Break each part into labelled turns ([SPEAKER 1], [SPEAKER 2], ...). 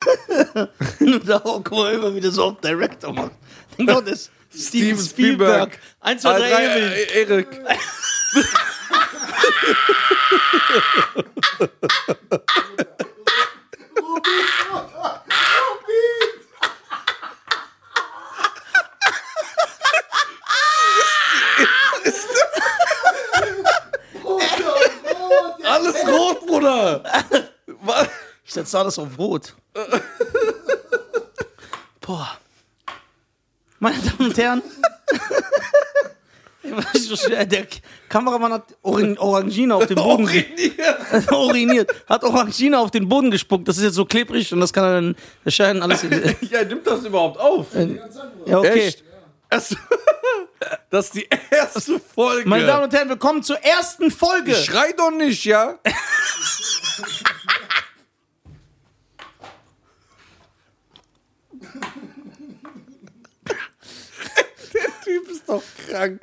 [SPEAKER 1] und da guck mal immer, wie der so auf Director macht. Denk doch, das ist Steven Spielberg.
[SPEAKER 2] Spielberg.
[SPEAKER 1] Eins, zwei, drei, Emil.
[SPEAKER 2] äh, Erik. Alles rot, Bruder. Was?
[SPEAKER 1] Ich setze da alles auf Rot. Boah. Meine Damen und Herren. Ich weiß nicht, was- Der Kameramann hat Oran- Orangina auf den Boden ge-
[SPEAKER 2] Uriniert.
[SPEAKER 1] uriniert. Hat Orangina auf den Boden gespuckt. Das ist jetzt so klebrig und das kann dann erscheinen alles. In,
[SPEAKER 2] Ja, nimmt das überhaupt auf?
[SPEAKER 1] ja, Äh, okay.
[SPEAKER 2] Echt? Erst- Das ist die erste Folge.
[SPEAKER 1] Meine Damen und Herren, willkommen zur ersten Folge.
[SPEAKER 2] Schrei doch nicht, ja? Der Typ ist doch krank.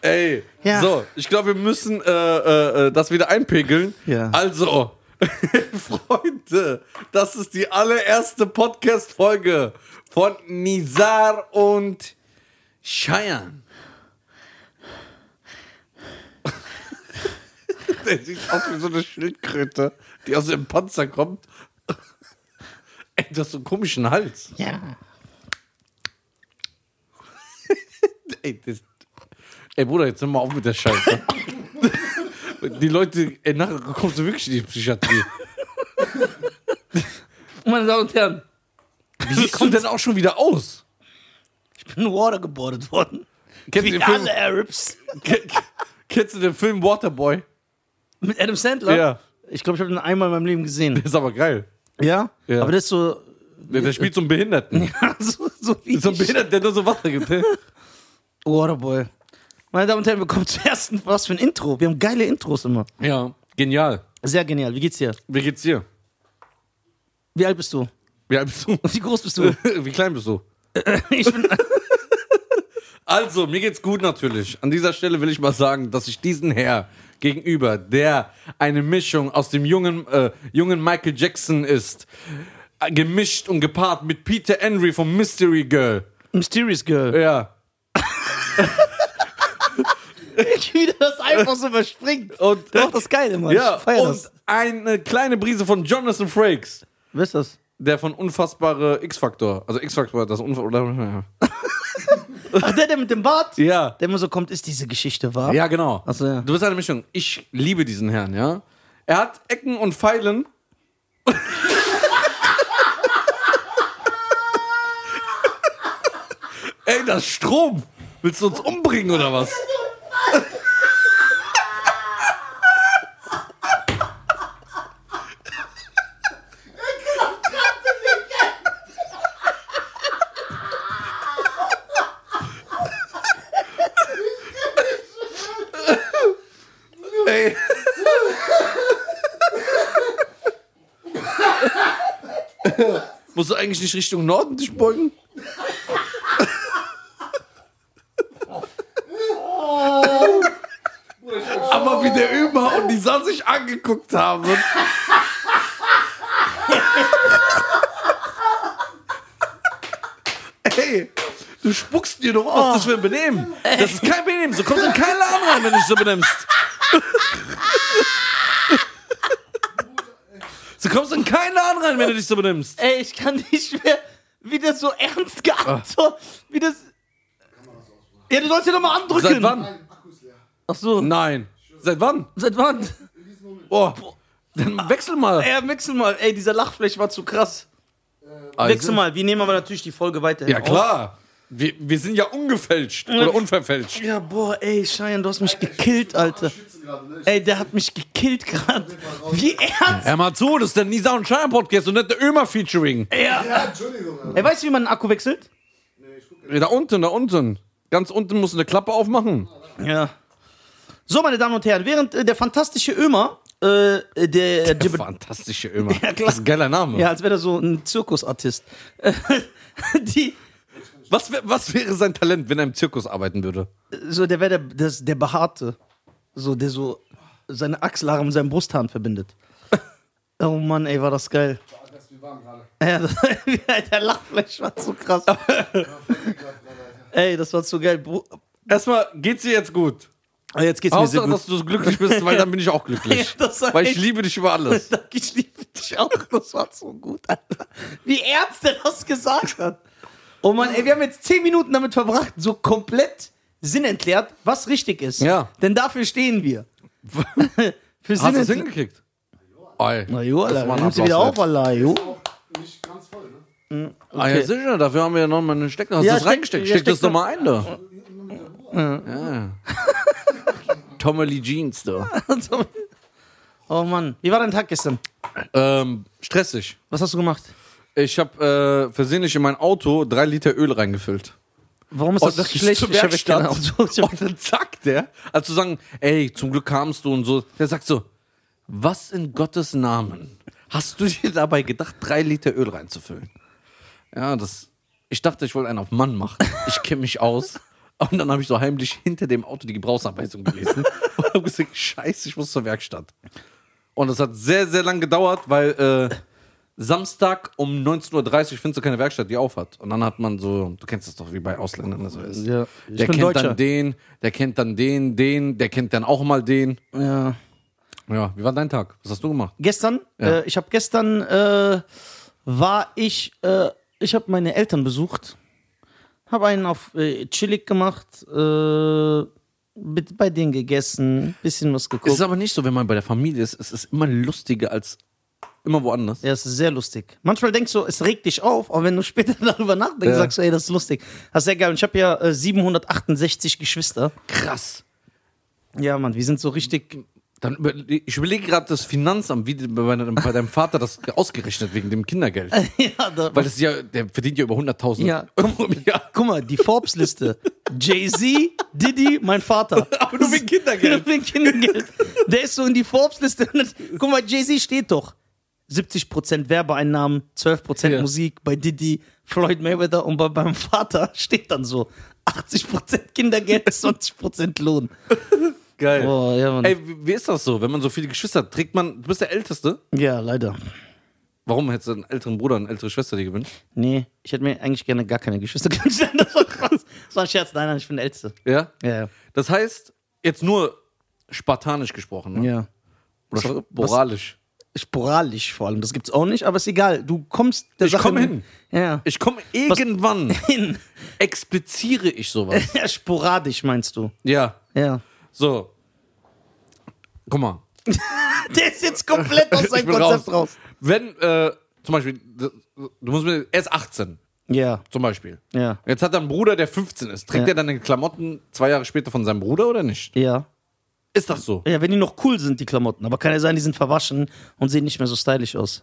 [SPEAKER 2] Ey,
[SPEAKER 1] Ah. Ja.
[SPEAKER 2] so, ich glaube, wir müssen äh, äh, äh, das wieder einpegeln.
[SPEAKER 1] Ja.
[SPEAKER 2] Also, Freunde, das ist die allererste Podcast-Folge von Nizar und Cheyenne. Der sieht aus wie so eine Schildkröte, die aus dem Panzer kommt. Ey, das ist so einen komischen Hals.
[SPEAKER 1] Ja.
[SPEAKER 2] Ey, das, ey Bruder, jetzt nimm mal auf mit der Scheiße. die Leute, ey, nachher kommst du wirklich in die Psychiatrie.
[SPEAKER 1] Meine Damen und Herren,
[SPEAKER 2] Wie siehst du denn auch schon wieder aus?
[SPEAKER 1] ich bin watergeboardet worden.
[SPEAKER 2] Kennst du
[SPEAKER 1] Wie
[SPEAKER 2] den Film,
[SPEAKER 1] alle Arabs.
[SPEAKER 2] Ken- kennst du den Film Waterboy?
[SPEAKER 1] Mit Adam Sandler?
[SPEAKER 2] Ja.
[SPEAKER 1] Ich glaube, ich habe den einmal in meinem Leben gesehen.
[SPEAKER 2] Ist aber geil.
[SPEAKER 1] Ja?
[SPEAKER 2] Ja.
[SPEAKER 1] Aber das ist so.
[SPEAKER 2] Der, der spielt so einen Behinderten.
[SPEAKER 1] so, so wie
[SPEAKER 2] So einen
[SPEAKER 1] ich.
[SPEAKER 2] Behinderten, der nur so Wasser gibt. hä?
[SPEAKER 1] Waterboy. Meine Damen und Herren, willkommen zum ersten. Was für ein Intro. Wir haben geile Intros immer.
[SPEAKER 2] Ja, genial.
[SPEAKER 1] Sehr genial. Wie geht's dir?
[SPEAKER 2] Wie geht's dir?
[SPEAKER 1] Wie alt bist du?
[SPEAKER 2] Wie alt bist du?
[SPEAKER 1] Wie groß bist du?
[SPEAKER 2] Wie klein bist du?
[SPEAKER 1] Ich bin.
[SPEAKER 2] Also, mir geht's gut natürlich. An dieser Stelle will ich mal sagen, dass ich diesen Herr gegenüber, der eine Mischung aus dem jungen, äh, jungen Michael Jackson ist, äh, gemischt und gepaart mit Peter Henry von Mystery Girl.
[SPEAKER 1] Mysterious Girl.
[SPEAKER 2] Ja.
[SPEAKER 1] Ich wieder das einfach so überspringt.
[SPEAKER 2] Und,
[SPEAKER 1] Doch, das ist geil immer.
[SPEAKER 2] ja,
[SPEAKER 1] Ich feier
[SPEAKER 2] und
[SPEAKER 1] das.
[SPEAKER 2] eine kleine Brise von Jonathan Frakes,
[SPEAKER 1] Wer ist das?
[SPEAKER 2] der von Unfassbare X-Faktor, also X-Faktor, das Unfassbare,
[SPEAKER 1] Ach, der, der mit dem Bart?
[SPEAKER 2] ja.
[SPEAKER 1] Der immer so kommt, ist diese Geschichte wahr?
[SPEAKER 2] Ja, genau.
[SPEAKER 1] Ach so, ja.
[SPEAKER 2] Du bist eine Mischung. Ich liebe diesen Herrn, ja. Er hat Ecken und Pfeilen. Ey, das ist Strom. Willst du uns umbringen oder was? Ey. Musst du eigentlich nicht Richtung Norden dich beugen? Aber wie der über und die sah sich angeguckt haben. Ey, du spuckst dir doch aus, das wäre Benehmen. Das ist kein Benehmen. So kommst du in keinen Laden rein, wenn du dich so benimmst. So kommst du in keinen Laden rein, wenn du dich so benimmst.
[SPEAKER 1] Ey, ich kann nicht mehr, wie das so ernst
[SPEAKER 2] Ah.
[SPEAKER 1] geantwortet, wie das... Ja, du sollst ja nochmal andrücken.
[SPEAKER 2] Seit wann? Hm?
[SPEAKER 1] Ach so,
[SPEAKER 2] Nein. Seit wann?
[SPEAKER 1] seit wann?
[SPEAKER 2] Oh, dann wechsel mal.
[SPEAKER 1] Ey, wechsel mal. Ey, dieser Lachfleisch war zu krass. Wechsel mal, wir nehmen aber natürlich die Folge weiterhin
[SPEAKER 2] Ah, Ja, klar. Wir, wir sind ja ungefälscht oder unverfälscht.
[SPEAKER 1] auf. Oh, Ja, boah, ey, Cheyenne, du hast mich gekillt, Alter. Ey, der hat mich gekillt gerade. Wie ernst?
[SPEAKER 2] Hör mal zu, das ist der Nisa und Schein Podcast und nicht der Ömer Featuring.
[SPEAKER 1] Ja. Ey, weißt du, wie man einen Akku wechselt?
[SPEAKER 2] Da unten, da unten. Ganz unten musst du eine Klappe aufmachen.
[SPEAKER 1] Ja. So, meine Damen und Herren, während äh, der fantastische Ömer, äh, der, der
[SPEAKER 2] Fantastische Ömer.
[SPEAKER 1] klar.
[SPEAKER 2] Das ist ein geiler Name.
[SPEAKER 1] Ja, als wäre er so ein Zirkusartist. Die,
[SPEAKER 2] Was, wär- was wäre sein Talent, wenn er im Zirkus arbeiten würde?
[SPEAKER 1] so, der wäre der, der, der Behaarte. So, der so seine Achselhaare mit seinem Brusthahn verbindet. Oh Mann, ey, war das geil.
[SPEAKER 3] bisschen warm gerade.
[SPEAKER 1] Ja, das, der Lachfleisch war zu krass. Ey, das war zu geil. Bru-
[SPEAKER 2] Erstmal geht's dir jetzt gut.
[SPEAKER 1] Ah, Jetzt geht's mir sehr
[SPEAKER 2] Hauptsache,
[SPEAKER 1] gut.
[SPEAKER 2] dass du so glücklich bist, weil dann bin ich auch glücklich.
[SPEAKER 1] Ja, das sag
[SPEAKER 2] weil ich
[SPEAKER 1] ich.
[SPEAKER 2] liebe dich über alles.
[SPEAKER 1] Danke, ich liebe dich auch. Das war so gut, Alter. Wie ernst der das gesagt hat. Oh Mann, ey, wir haben jetzt 10 Minuten damit verbracht, so komplett sinnentleert, was richtig ist.
[SPEAKER 2] Ja.
[SPEAKER 1] Denn dafür stehen wir. Für
[SPEAKER 2] Hast du es
[SPEAKER 1] sinnentleert-
[SPEAKER 2] hingekriegt? Ei.
[SPEAKER 1] Na jo,
[SPEAKER 2] Das
[SPEAKER 1] Alter,
[SPEAKER 2] war ein
[SPEAKER 1] nimmst du
[SPEAKER 2] Applaus
[SPEAKER 1] wieder
[SPEAKER 2] wert.
[SPEAKER 1] auf, Alter, jo.
[SPEAKER 3] Auch nicht ganz voll, ne?
[SPEAKER 2] Ah, ja, sicher, dafür haben wir ja nochmal einen Stecker. Hast
[SPEAKER 1] Ja,
[SPEAKER 2] du das
[SPEAKER 1] steck-
[SPEAKER 2] reingesteckt?
[SPEAKER 1] ja,
[SPEAKER 2] Steck das
[SPEAKER 1] steck-
[SPEAKER 2] doch mal ein, da. Ja. Tommy Lee Jeans, da.
[SPEAKER 1] Oh Mann, wie war dein Tag gestern?
[SPEAKER 2] Ähm, stressig.
[SPEAKER 1] Was hast du gemacht?
[SPEAKER 2] Ich habe äh, versehentlich in mein Auto drei Liter Öl reingefüllt.
[SPEAKER 1] Warum ist
[SPEAKER 2] aus
[SPEAKER 1] das doch
[SPEAKER 2] der
[SPEAKER 1] schlecht? Also,
[SPEAKER 2] zur
[SPEAKER 1] Oh, Ich hab echt keine
[SPEAKER 2] Werkstatt.
[SPEAKER 1] Ahnung. Ich hab-
[SPEAKER 2] Und dann sagt der, als zu sagen, ey, zum Glück kamst du und so, der sagt so, was in Gottes Namen hast du dir dabei gedacht, drei Liter Öl reinzufüllen? Ja, das, ich dachte, ich wollte einen auf Mann machen. Ich kenne mich aus. Und dann habe ich so heimlich hinter dem Auto die Gebrauchsanweisung gelesen und habe gesagt, scheiße, ich muss zur Werkstatt. Und das hat sehr, sehr lang gedauert, weil äh, Samstag um 19.30 Uhr findest du keine Werkstatt, die auf hat. Und dann hat man so, du kennst das doch, wie bei Ausländern das so ist.
[SPEAKER 1] Ja, ich
[SPEAKER 2] der
[SPEAKER 1] bin
[SPEAKER 2] kennt
[SPEAKER 1] Deutscher.
[SPEAKER 2] dann den, der kennt dann den, den, der kennt dann auch mal den.
[SPEAKER 1] Ja.
[SPEAKER 2] Ja, wie war dein Tag? Was hast du gemacht?
[SPEAKER 1] gestern, äh, ich habe gestern, äh, war ich, äh, ich habe meine Eltern besucht, habe einen auf äh, chillig gemacht, äh, mit, bei denen gegessen, bisschen was
[SPEAKER 2] Es
[SPEAKER 1] geguckt.
[SPEAKER 2] ist aber nicht so, wenn man bei der Familie ist, es ist immer lustiger als immer woanders.
[SPEAKER 1] ja, es ist sehr lustig. Manchmal denkst du, es regt dich auf, aber wenn du später darüber nachdenkst,
[SPEAKER 2] Ja.
[SPEAKER 1] sagst du, ey, das ist lustig. Das ist sehr geil. Und ich habe ja äh, 768 Geschwister.
[SPEAKER 2] Krass.
[SPEAKER 1] Ja, Mann, wir sind so richtig.
[SPEAKER 2] Dann überle ich überlege gerade das Finanzamt, wie die- bei, meinem- bei deinem Vater das ausgerechnet wegen dem Kindergeld.
[SPEAKER 1] ja, da,
[SPEAKER 2] Weil das ist ja, der verdient ja über 100.000
[SPEAKER 1] Ja.
[SPEAKER 2] Euro im Jahr.
[SPEAKER 1] Guck mal, die Forbes-Liste. Jay-Z, Diddy, mein Vater.
[SPEAKER 2] Aber nur wegen Kindergeld.
[SPEAKER 1] Nur wegen Kindergeld. Der ist so in die Forbes-Liste. Guck mal, Jay-Z steht doch. 70% Werbeeinnahmen, 12%
[SPEAKER 2] Ja.
[SPEAKER 1] Musik bei Diddy, Floyd Mayweather und bei meinem Vater steht dann so 80% Kindergeld, 20% Lohn.
[SPEAKER 2] Geil.
[SPEAKER 1] Boah, ja, Mann.
[SPEAKER 2] Ey, wie wie ist das so, wenn man so viele Geschwister hat? Trägt man, du bist der Älteste.
[SPEAKER 1] Ja, leider.
[SPEAKER 2] Warum hättest du einen älteren Bruder und eine ältere Schwester dir gewünscht?
[SPEAKER 1] Nee, ich hätte mir eigentlich gerne gar keine Geschwister gewünscht. Das war krass. Das war ein Scherz. Nein, nein, ich bin der Älteste.
[SPEAKER 2] Ja?
[SPEAKER 1] Ja,
[SPEAKER 2] Das heißt, jetzt nur spartanisch gesprochen. Ne?
[SPEAKER 1] ja.
[SPEAKER 2] Oder
[SPEAKER 1] Was-
[SPEAKER 2] sporadisch.
[SPEAKER 1] Sporalisch vor allem. Das gibt's auch nicht, aber ist egal. Du kommst der
[SPEAKER 2] Ich
[SPEAKER 1] Sache
[SPEAKER 2] komm hin.
[SPEAKER 1] Ja.
[SPEAKER 2] Ich komme irgendwann,
[SPEAKER 1] Hin.
[SPEAKER 2] expliziere ich sowas.
[SPEAKER 1] Ja, sporadisch meinst du.
[SPEAKER 2] ja,
[SPEAKER 1] Ja.
[SPEAKER 2] so. Guck mal.
[SPEAKER 1] Der ist jetzt komplett aus
[SPEAKER 2] Ich
[SPEAKER 1] seinem
[SPEAKER 2] bin
[SPEAKER 1] Konzept raus.
[SPEAKER 2] Wenn, äh, zum Beispiel, d- du musst mir, er ist 18,
[SPEAKER 1] Ja,
[SPEAKER 2] zum Beispiel.
[SPEAKER 1] ja,
[SPEAKER 2] Jetzt hat er einen Bruder, der 15 ist. Trägt
[SPEAKER 1] Ja.
[SPEAKER 2] er dann die Klamotten zwei Jahre später von seinem Bruder oder nicht?
[SPEAKER 1] ja.
[SPEAKER 2] Ist das so?
[SPEAKER 1] Ja, wenn die noch cool sind, die Klamotten. Aber kann ja sein, die sind verwaschen und sehen nicht mehr so stylisch aus.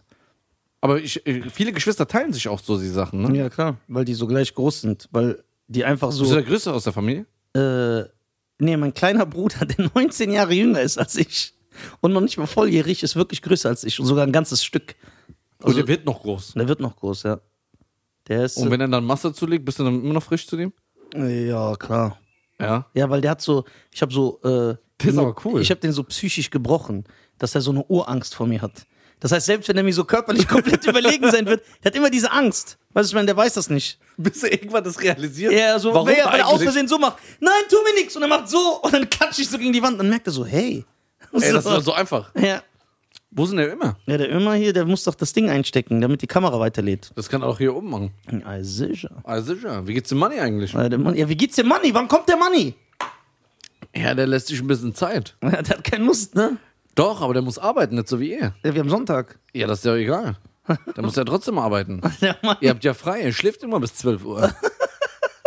[SPEAKER 2] Aber ich, äh, viele Geschwister teilen sich auch so die Sachen, ne?
[SPEAKER 1] Ja, klar. Weil die so gleich groß sind. Weil die einfach
[SPEAKER 2] Bist du
[SPEAKER 1] so.
[SPEAKER 2] der Größte aus der Familie?
[SPEAKER 1] Äh, nee, mein kleiner Bruder, der 19 Jahre jünger ist als ich und noch nicht mal volljährig, ist wirklich größer als ich. Und sogar ein ganzes Stück.
[SPEAKER 2] Und der wird noch groß.
[SPEAKER 1] Und der wird noch groß, ja. Der ist.
[SPEAKER 2] Also Und wenn er dann Masse zulegt, bist du dann immer noch frisch zu dem?
[SPEAKER 1] äh, ja, klar.
[SPEAKER 2] Ja.
[SPEAKER 1] Ja, weil der hat so, ich habe so, äh,
[SPEAKER 2] Das ist
[SPEAKER 1] nur-
[SPEAKER 2] aber cool.
[SPEAKER 1] Ich habe den so psychisch gebrochen, dass er so eine Urangst vor mir hat. Das heißt, selbst wenn er mir so körperlich komplett überlegen sein wird, der hat immer diese Angst. Weißt du, ich meine, der weiß das nicht.
[SPEAKER 2] Bis er irgendwann das realisiert.
[SPEAKER 1] Ja, so,
[SPEAKER 2] Warum
[SPEAKER 1] wenn er, wenn er aus
[SPEAKER 2] eigentlich?
[SPEAKER 1] Versehen so macht, nein, tu mir nichts, und er macht so, und dann klatsche ich so gegen die Wand, dann merkt er so, hey.
[SPEAKER 2] Ey, das ist
[SPEAKER 1] So.
[SPEAKER 2] doch so einfach.
[SPEAKER 1] ja.
[SPEAKER 2] Wo sind der immer?
[SPEAKER 1] ja, der Ömer hier, der muss doch das Ding einstecken, damit die Kamera weiterlädt.
[SPEAKER 2] Das kann er auch hier oben machen.
[SPEAKER 1] Ja, sicher.
[SPEAKER 2] Ah, sicher. Wie geht's dem Money eigentlich?
[SPEAKER 1] Ja, der Mann- ja, wie geht's dem Manni? Wann kommt der Manni?
[SPEAKER 2] Ja, der lässt sich ein bisschen Zeit.
[SPEAKER 1] Ja, der hat keine Lust, ne?
[SPEAKER 2] Doch, aber der muss arbeiten, nicht so wie ihr.
[SPEAKER 1] Ja, wir haben Sonntag.
[SPEAKER 2] Ja, das ist ja egal. Der muss ja trotzdem arbeiten.
[SPEAKER 1] Der Mann.
[SPEAKER 2] Ihr habt ja frei, ihr schläft immer bis 12 Uhr.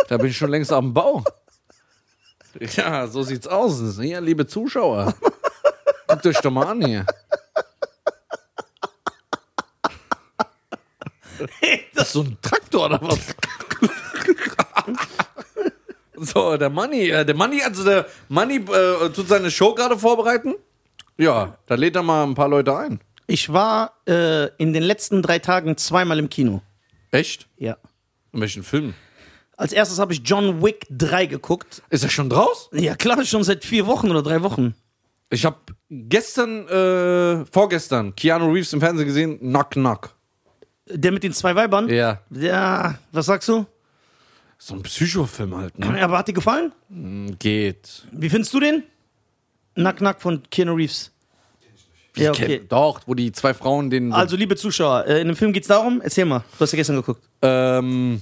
[SPEAKER 2] Da bin ich schon längst am Bau. Ja, so sieht's aus. Hier, liebe Zuschauer. Guckt euch doch mal an hier. Das ist so ein Traktor oder was? So, der Manni, äh, der Manni, also der Manni äh, tut seine Show gerade vorbereiten. Ja, da lädt er mal ein paar Leute ein.
[SPEAKER 1] Ich war äh, in den letzten drei Tagen zweimal im Kino.
[SPEAKER 2] Echt?
[SPEAKER 1] Ja.
[SPEAKER 2] In welchen Filmen?
[SPEAKER 1] Als erstes habe ich John Wick 3 geguckt.
[SPEAKER 2] Ist er schon draus?
[SPEAKER 1] Ja, klar, schon seit vier Wochen oder drei Wochen.
[SPEAKER 2] Ich habe gestern, äh, vorgestern, Keanu Reeves im Fernsehen gesehen, Knock Knock.
[SPEAKER 1] Der mit den zwei Weibern?
[SPEAKER 2] Ja.
[SPEAKER 1] Ja, was sagst du?
[SPEAKER 2] So ein Psychofilm halt, ne?
[SPEAKER 1] Aber hat dir gefallen?
[SPEAKER 2] Hm, Geht.
[SPEAKER 1] Wie findest du den? Knack Knack von Keanu Reeves. Ja, okay.
[SPEAKER 2] Kenn- Doch, wo die zwei Frauen den.
[SPEAKER 1] Also, liebe Zuschauer, äh, in dem Film geht es darum, erzähl mal, du hast ja gestern geguckt.
[SPEAKER 2] Ähm,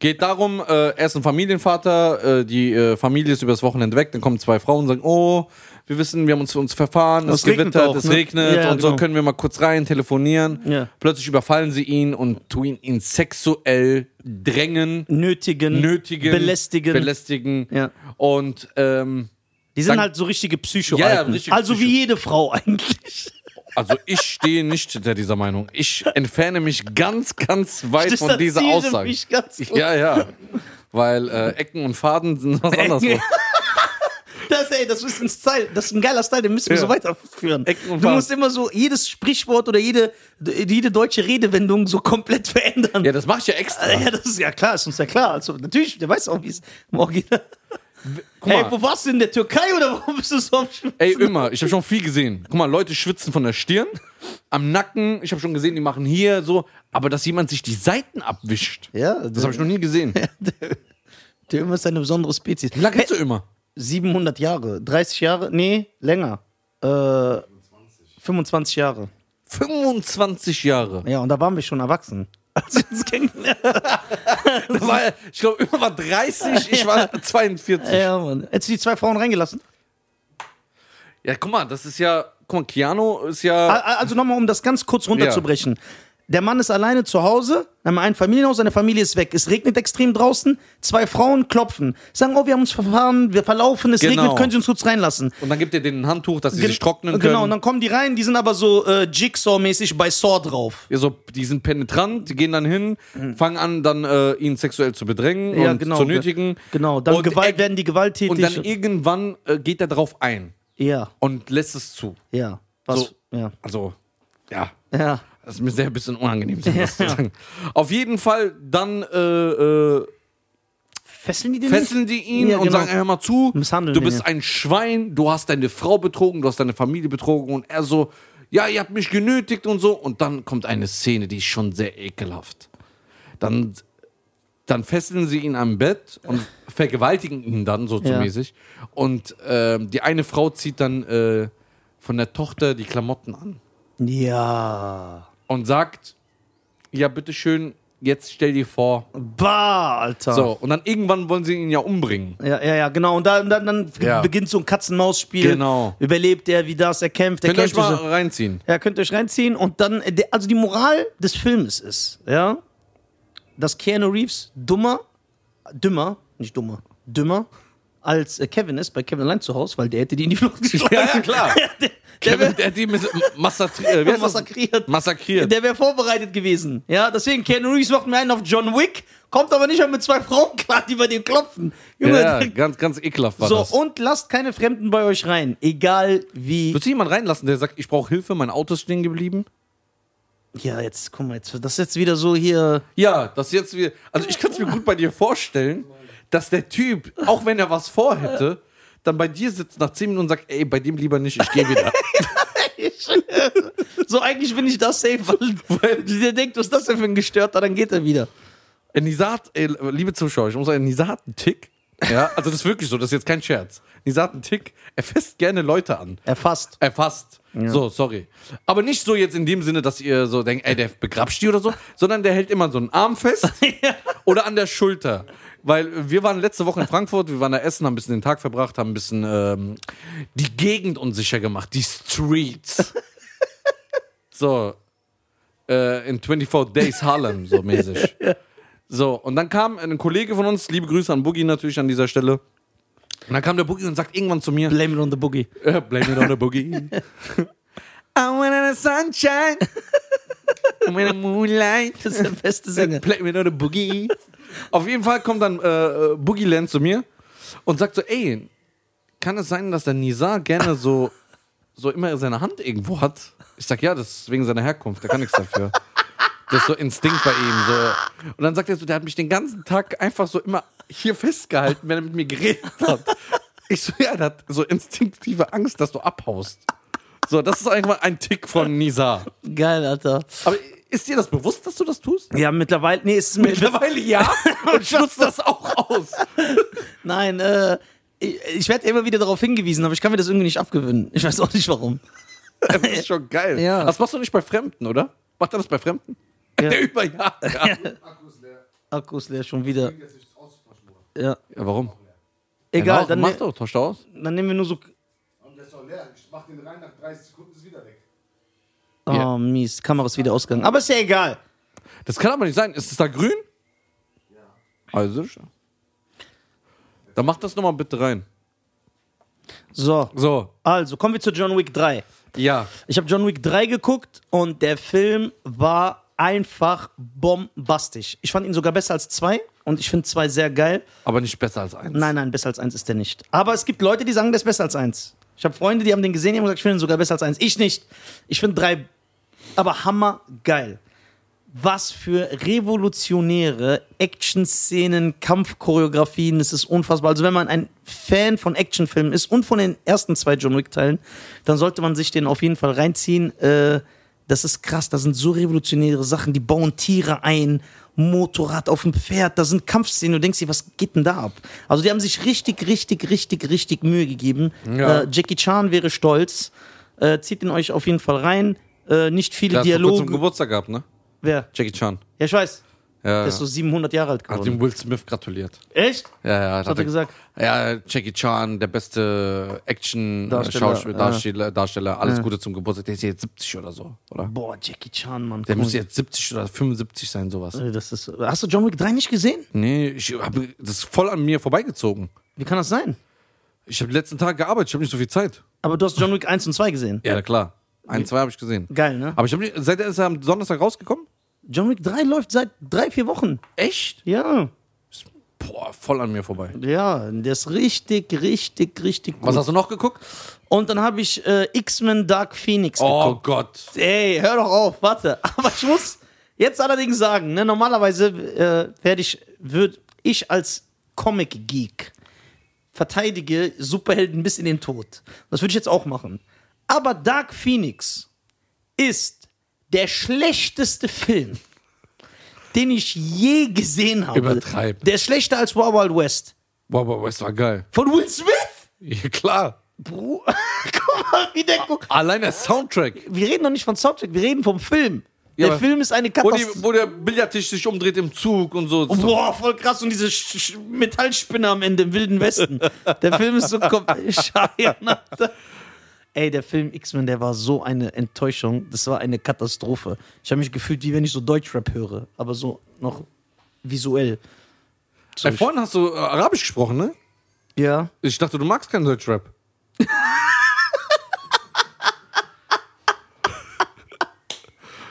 [SPEAKER 2] geht darum, äh, er ist ein Familienvater, äh, die äh, Familie ist übers Wochenende weg, dann kommen zwei Frauen und sagen, oh, wir wissen, wir haben uns, uns verfahren, es
[SPEAKER 1] es regnet
[SPEAKER 2] gewittert,
[SPEAKER 1] auch,
[SPEAKER 2] es
[SPEAKER 1] ne?
[SPEAKER 2] regnet
[SPEAKER 1] Ja, ja,
[SPEAKER 2] und so
[SPEAKER 1] genau.
[SPEAKER 2] können wir mal kurz rein telefonieren.
[SPEAKER 1] Ja.
[SPEAKER 2] Plötzlich überfallen sie ihn und tun ihn, ihn sexuell drängen,
[SPEAKER 1] Nötigen,
[SPEAKER 2] nötigen,
[SPEAKER 1] belästigen.
[SPEAKER 2] belästigen.
[SPEAKER 1] Ja.
[SPEAKER 2] Und ähm,
[SPEAKER 1] die sind
[SPEAKER 2] Dann-
[SPEAKER 1] halt so richtige Psycho.
[SPEAKER 2] Ja, ja, richtige
[SPEAKER 1] also
[SPEAKER 2] Psycho.
[SPEAKER 1] wie jede Frau eigentlich.
[SPEAKER 2] also ich stehe nicht hinter dieser Meinung. Ich entferne mich ganz, ganz weit von dieser
[SPEAKER 1] distanziere
[SPEAKER 2] Aussage.
[SPEAKER 1] mich ganz gut.
[SPEAKER 2] Ja, ja. Weil äh, Ecken und Faden sind was anderes.
[SPEAKER 1] Das, ey, das ist ein Style, das ist ein geiler Style, den müssen wir
[SPEAKER 2] Ja.
[SPEAKER 1] so weiterführen.
[SPEAKER 2] Ecken und
[SPEAKER 1] Du
[SPEAKER 2] Waden.
[SPEAKER 1] musst immer so jedes Sprichwort oder jede, jede deutsche Redewendung so komplett verändern.
[SPEAKER 2] Ja, das mach ich ja extra.
[SPEAKER 1] Äh, Ja, das ist ja klar, ist uns ja klar. Also, natürlich, der weiß auch, wie es im Original.
[SPEAKER 2] Guck
[SPEAKER 1] Ey,
[SPEAKER 2] mal.
[SPEAKER 1] wo warst du in der Türkei oder warum bist du so am Schwitzen?
[SPEAKER 2] Ey, immer. Ich habe schon viel gesehen. Guck mal, Leute schwitzen von der Stirn, am Nacken. Ich habe schon gesehen, die machen hier so. Aber dass jemand sich die Seiten abwischt,
[SPEAKER 1] Ja,
[SPEAKER 2] das habe ich noch nie gesehen.
[SPEAKER 1] Der Ömer ist eine besondere Spezies.
[SPEAKER 2] Wie lange kennst du immer?
[SPEAKER 1] 700 Jahre, 30 Jahre, nee, länger. Äh, 25 Jahre.
[SPEAKER 2] 25 Jahre.
[SPEAKER 1] Ja, und da waren wir schon erwachsen. Als wir uns kennengelernt haben.
[SPEAKER 2] Da war, er- ich glaube, immer war 30, ich war 42.
[SPEAKER 1] Ja, Mann. Hättest du die zwei Frauen reingelassen?
[SPEAKER 2] Ja, guck mal, das ist ja. Guck mal, Keanu ist ja.
[SPEAKER 1] A- a- Also nochmal, um das ganz kurz runterzubrechen. Der Mann ist alleine zu Hause, haben ein Familienhaus, seine Familie ist weg. Es regnet extrem draußen, zwei Frauen klopfen, sagen, oh, wir haben uns verfahren, wir verlaufen, es
[SPEAKER 2] Genau.
[SPEAKER 1] regnet, können Sie uns kurz reinlassen.
[SPEAKER 2] Und dann gibt er denen ein Handtuch, dass sie sich trocknen können.
[SPEAKER 1] Genau, und dann kommen die rein, die sind aber so äh, Jigsaw-mäßig bei Saw drauf.
[SPEAKER 2] Ja, so, die sind penetrant, die gehen dann hin, fangen an, dann äh, ihn sexuell zu bedrängen
[SPEAKER 1] Mhm. Ja,
[SPEAKER 2] und
[SPEAKER 1] genau.
[SPEAKER 2] zu nötigen.
[SPEAKER 1] Genau, dann
[SPEAKER 2] und
[SPEAKER 1] Gewalt,
[SPEAKER 2] er-
[SPEAKER 1] werden die gewalttätig.
[SPEAKER 2] Und dann irgendwann äh, geht er drauf ein
[SPEAKER 1] ja,
[SPEAKER 2] und lässt es zu.
[SPEAKER 1] ja. Was?
[SPEAKER 2] So.
[SPEAKER 1] Ja.
[SPEAKER 2] Also, ja,
[SPEAKER 1] Ja.
[SPEAKER 2] das ist mir sehr ein bisschen unangenehm, so was zu sagen. Auf jeden Fall, dann äh, äh,
[SPEAKER 1] Fesseln die den
[SPEAKER 2] fesseln die ihn
[SPEAKER 1] Ja,
[SPEAKER 2] und
[SPEAKER 1] genau.
[SPEAKER 2] sagen, hör mal zu,
[SPEAKER 1] Misshandeln
[SPEAKER 2] du
[SPEAKER 1] ihn,
[SPEAKER 2] bist
[SPEAKER 1] ja.
[SPEAKER 2] ein Schwein, du hast deine Frau betrogen, du hast deine Familie betrogen und er so, ja, ihr habt mich genötigt und so. Und dann kommt eine Szene, die ist schon sehr ekelhaft. Dann, dann fesseln sie ihn am Bett und vergewaltigen ihn dann so
[SPEAKER 1] Ja.
[SPEAKER 2] mäßig. Und ähm, die eine Frau zieht dann äh, von der Tochter die Klamotten an
[SPEAKER 1] nicht? Ja.
[SPEAKER 2] und sagt, ja, bitteschön, jetzt stell dir vor.
[SPEAKER 1] Bah, Alter.
[SPEAKER 2] So, und dann irgendwann wollen sie ihn ja umbringen.
[SPEAKER 1] Ja, ja, ja, genau. Und dann, dann, dann
[SPEAKER 2] Ja.
[SPEAKER 1] beginnt so ein Katzen-Maus-Spiel.
[SPEAKER 2] Genau.
[SPEAKER 1] Überlebt er, wie das, er kämpft, er
[SPEAKER 2] Könnt ihr euch
[SPEAKER 1] kämpft.
[SPEAKER 2] mal
[SPEAKER 1] so.
[SPEAKER 2] reinziehen.
[SPEAKER 1] Ja, könnt ihr euch reinziehen. Und dann, äh, der- also die Moral des Filmes ist, ja, dass Keanu Reeves dummer, dümmer, nicht dummer, dümmer als äh, Kevin ist, bei Kevin allein zu Hause, weil der hätte die in die Flucht geschlagen.
[SPEAKER 2] Ja, ja, klar.
[SPEAKER 1] der der
[SPEAKER 2] Kevin,
[SPEAKER 1] wäre
[SPEAKER 2] der hat die mis- massakri äh, wie heißt das?
[SPEAKER 1] massakriert.
[SPEAKER 2] massakriert.
[SPEAKER 1] Der wäre vorbereitet gewesen. Ja, deswegen, Keanu Reeves macht mir einen auf John Wick, kommt aber nicht mal mit zwei Frauen klar, die bei dem klopfen. Junge,
[SPEAKER 2] ja,
[SPEAKER 1] der-
[SPEAKER 2] ganz, ganz ekelhaft war
[SPEAKER 1] So,
[SPEAKER 2] das.
[SPEAKER 1] und lasst keine Fremden bei euch rein. Egal wie.
[SPEAKER 2] Würdest du jemanden reinlassen, der sagt, ich brauche Hilfe, mein Auto ist stehen geblieben?
[SPEAKER 1] Ja, jetzt, guck mal, jetzt, das ist jetzt wieder so hier.
[SPEAKER 2] Ja, das jetzt wir. Also ich kann es mir gut bei dir vorstellen, dass der Typ, auch wenn er was vorhätte, dann bei dir sitzt nach 10 Minuten und sagt, ey, bei dem lieber nicht, ich gehe wieder.
[SPEAKER 1] So, eigentlich bin ich das safe, weil der denkt, was ist das denn für ein Gestörter, dann geht er wieder.
[SPEAKER 2] Äh, Nisa hat, ey, liebe Zuschauer, ich muss sagen, Nisa hat einen Tick. Ja, also das ist wirklich so, das ist jetzt kein Scherz. Nisa hat einen Tick, er fässt gerne Leute an.
[SPEAKER 1] Erfasst.
[SPEAKER 2] erfasst. So, sorry. Aber nicht so jetzt in dem Sinne, dass ihr so denkt, ey, der begrapscht die oder so, sondern der hält immer so einen Arm fest oder an der Schulter. Weil wir waren letzte Woche in Frankfurt, wir waren da essen, haben ein bisschen den Tag verbracht, haben ein bisschen ähm, die Gegend unsicher gemacht, die Streets. so, äh, in 24 Days Harlem, so mäßig. So, und dann kam ein Kollege von uns, liebe Grüße an Boogie natürlich an dieser Stelle. Und dann kam der Boogie und sagt irgendwann zu mir,
[SPEAKER 1] Blame it on the boogie.
[SPEAKER 2] äh, Blame it on the boogie. I want the sunshine. I want the moonlight.
[SPEAKER 1] Das ist der beste Sänger.
[SPEAKER 2] Blame it on the boogie. Auf jeden Fall kommt dann äh, äh, Boogie Land zu mir und sagt so, ey, kann es sein, dass der Nizar gerne so, so immer seine Hand irgendwo hat? Ich sag, ja, das ist wegen seiner Herkunft, der kann nichts dafür. Das ist so Instinkt bei ihm. So. Und dann sagt er so, der hat mich den ganzen Tag einfach so immer hier festgehalten, wenn er mit mir geredet hat. Ich so, ja, der hat so instinktive Angst, dass du abhaust. So, das ist einfach ein Tick von Nisa.
[SPEAKER 1] Geil, Alter.
[SPEAKER 2] Aber ist dir das bewusst, dass du das tust?
[SPEAKER 1] Ja, mittlerweile, nee, ist mir,
[SPEAKER 2] Mittlerweile ja und ich nutze das auch aus.
[SPEAKER 1] nein, äh, ich, ich werde immer wieder darauf hingewiesen, aber ich kann mir das irgendwie nicht abgewöhnen. Ich weiß auch nicht warum.
[SPEAKER 2] Das ist schon geil.
[SPEAKER 1] Ja.
[SPEAKER 2] Das machst du nicht bei Fremden, oder? Macht er das bei Fremden? Der Überjagt. Ja.
[SPEAKER 3] Akku ist leer.
[SPEAKER 1] Akku ist leer schon wieder.
[SPEAKER 3] Jetzt ist es auszutauschen, Bruder.
[SPEAKER 1] Ja,
[SPEAKER 2] warum? Genau,
[SPEAKER 1] egal, dann,
[SPEAKER 2] mach
[SPEAKER 1] ne,
[SPEAKER 2] doch, tausch doch aus.
[SPEAKER 1] dann nehmen wir nur so.
[SPEAKER 3] Und der ist auch leer. Ich mach den rein, nach 30 Sekunden ist wieder weg.
[SPEAKER 1] Oh,
[SPEAKER 2] Ja.
[SPEAKER 1] mies, Kamera ist wieder ausgegangen. Aber ist ja egal.
[SPEAKER 2] Das kann aber nicht sein. Ist es da grün? Ja. Also schon. Dann mach das nochmal bitte rein.
[SPEAKER 1] So,
[SPEAKER 2] So,
[SPEAKER 1] also kommen wir zu John Wick 3.
[SPEAKER 2] ja.
[SPEAKER 1] Ich habe John Wick 3 geguckt und der Film war einfach bombastisch. Ich fand ihn sogar besser als 2 und ich finde 2 sehr geil.
[SPEAKER 2] Aber nicht besser als eins.
[SPEAKER 1] Nein, nein, besser als 1 ist der nicht. Aber es gibt Leute, die sagen, der ist besser als 1. Ich habe Freunde, die haben den gesehen, die haben gesagt, ich finde ihn sogar besser als 1. Ich nicht. Ich finde 3 aber hammergeil. Was für revolutionäre Action-Szenen, Kampfchoreografien, es ist unfassbar. Also wenn man ein Fan von Actionfilmen ist und von den ersten zwei John Wick-Teilen, dann sollte man sich den auf jeden Fall reinziehen. Äh, das ist krass, da sind so revolutionäre Sachen, die bauen Tiere ein, Motorrad auf dem Pferd, da sind Kampfszenen, du denkst dir, was geht denn da ab? Also die haben sich richtig, richtig, richtig, richtig Mühe gegeben.
[SPEAKER 2] Ja.
[SPEAKER 1] Äh, Jackie Chan wäre stolz. Äh, zieht ihn euch auf jeden Fall rein. Äh, nicht viele
[SPEAKER 2] Der hat vor kurzem
[SPEAKER 1] Dialoge.
[SPEAKER 2] Geburtstag gehabt, ne?
[SPEAKER 1] Wer?
[SPEAKER 2] Jackie Chan.
[SPEAKER 1] Ja, ich weiß.
[SPEAKER 2] Ja.
[SPEAKER 1] Der ist so 700 Jahre alt
[SPEAKER 2] hat
[SPEAKER 1] geworden.
[SPEAKER 2] dem Will Smith gratuliert.
[SPEAKER 1] Echt?
[SPEAKER 2] Ja, ja. Das
[SPEAKER 1] hat er gesagt?
[SPEAKER 2] Ja, Jackie Chan, der beste
[SPEAKER 1] Darsteller,
[SPEAKER 2] Action-Darsteller,
[SPEAKER 1] ja.
[SPEAKER 2] Darsteller, Darsteller, alles Gute zum Geburtstag. Der ist jetzt 70 oder so, oder?
[SPEAKER 1] Boah, Jackie Chan, Mann.
[SPEAKER 2] Der
[SPEAKER 1] guck
[SPEAKER 2] muss
[SPEAKER 1] mal.
[SPEAKER 2] jetzt 70 oder 75 sein, sowas.
[SPEAKER 1] Äh, Das ist, hast du John Wick 3 nicht gesehen?
[SPEAKER 2] Nee, ich habe das ist voll an mir vorbeigezogen.
[SPEAKER 1] Wie kann das sein?
[SPEAKER 2] Ich habe die letzten Tage gearbeitet, ich habe nicht so viel Zeit.
[SPEAKER 1] Aber du hast John Wick 1 und 2 gesehen.
[SPEAKER 2] Ja, na klar. Ein, zwei habe ich gesehen.
[SPEAKER 1] Geil, ne?
[SPEAKER 2] Aber ich habe nicht, seit er ist er am Donnerstag rausgekommen?
[SPEAKER 1] John Wick 3 läuft seit drei, vier Wochen.
[SPEAKER 2] Echt?
[SPEAKER 1] Ja.
[SPEAKER 2] Boah, voll an mir vorbei.
[SPEAKER 1] Ja, der ist richtig, richtig, richtig gut.
[SPEAKER 2] Was hast du noch geguckt?
[SPEAKER 1] Und dann habe ich äh, X-Men Dark Phoenix
[SPEAKER 2] Oh,
[SPEAKER 1] geguckt.
[SPEAKER 2] Gott.
[SPEAKER 1] Ey, hör doch auf, warte. Aber ich muss jetzt allerdings sagen, ne, normalerweise äh, werde ich, würd ich als Comic-Geek verteidige Superhelden bis in den Tod. Das würde ich jetzt auch machen. Aber Dark Phoenix ist der schlechteste Film, den ich je gesehen habe.
[SPEAKER 2] Übertreib.
[SPEAKER 1] Der ist schlechter als Wild Wild West.
[SPEAKER 2] Boah, boah, boah, es war geil.
[SPEAKER 1] Von Will Smith?
[SPEAKER 2] Ja, klar.
[SPEAKER 1] Bro, guck mal, wie der guckt.
[SPEAKER 2] Allein der Soundtrack.
[SPEAKER 1] Wir reden noch nicht von Soundtrack, wir reden vom Film. der
[SPEAKER 2] Ja, aber-
[SPEAKER 1] Film ist eine
[SPEAKER 2] Wo, die,
[SPEAKER 1] Katastrophe.
[SPEAKER 2] wo der Billardtisch sich umdreht im Zug und so. Das ist doch-
[SPEAKER 1] Boah, voll krass. Und diese Sch- Sch- Metallspinne am Ende im Wilden Westen. Der Film ist so komplett. Ey, der Film X-Men, der war so eine Enttäuschung. Das war eine Katastrophe. Ich habe mich gefühlt, wie wenn ich so Deutschrap höre, aber so noch visuell.
[SPEAKER 2] Ey, vorhin hast du äh, Arabisch gesprochen, ne?
[SPEAKER 1] Ja.
[SPEAKER 2] Ich dachte, du magst keinen Deutschrap.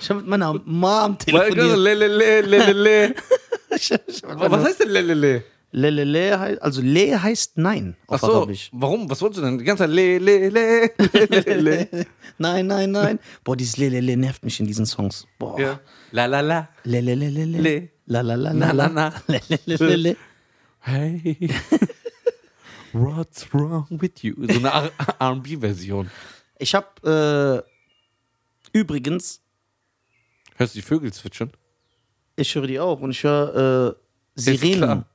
[SPEAKER 1] Ich habe mit meiner Mom
[SPEAKER 2] Weil gerade
[SPEAKER 1] telefoniert.
[SPEAKER 2] le, le, le, le, le, le.
[SPEAKER 1] Ich hab- ich hab mit
[SPEAKER 2] Was
[SPEAKER 1] meiner-
[SPEAKER 2] heißt denn le, le, le?
[SPEAKER 1] Le, le, le heißt, also Le heißt Nein auf
[SPEAKER 2] Achso,
[SPEAKER 1] Arabisch.
[SPEAKER 2] warum? Was wolltest du denn? Die ganze Zeit le, le, le, le, le, le.
[SPEAKER 1] Nein, nein, nein. Boah, dieses Le, le, le nervt mich in diesen Songs. Boah.
[SPEAKER 2] Ja. La, la, la.
[SPEAKER 1] Le, le, le, le, le.
[SPEAKER 2] Le.
[SPEAKER 1] La, la, la,
[SPEAKER 2] Na,
[SPEAKER 1] la,
[SPEAKER 2] na,
[SPEAKER 1] la.
[SPEAKER 2] na.
[SPEAKER 1] Le, le, le, le, le.
[SPEAKER 2] Hey. What's wrong with you? So eine RB-Version.
[SPEAKER 1] Ich habe äh, übrigens,
[SPEAKER 2] Hörst du die Vögel zwitschern?
[SPEAKER 1] ich höre die auch und ich höre äh,
[SPEAKER 2] Ist
[SPEAKER 1] Sirenen.
[SPEAKER 2] klar.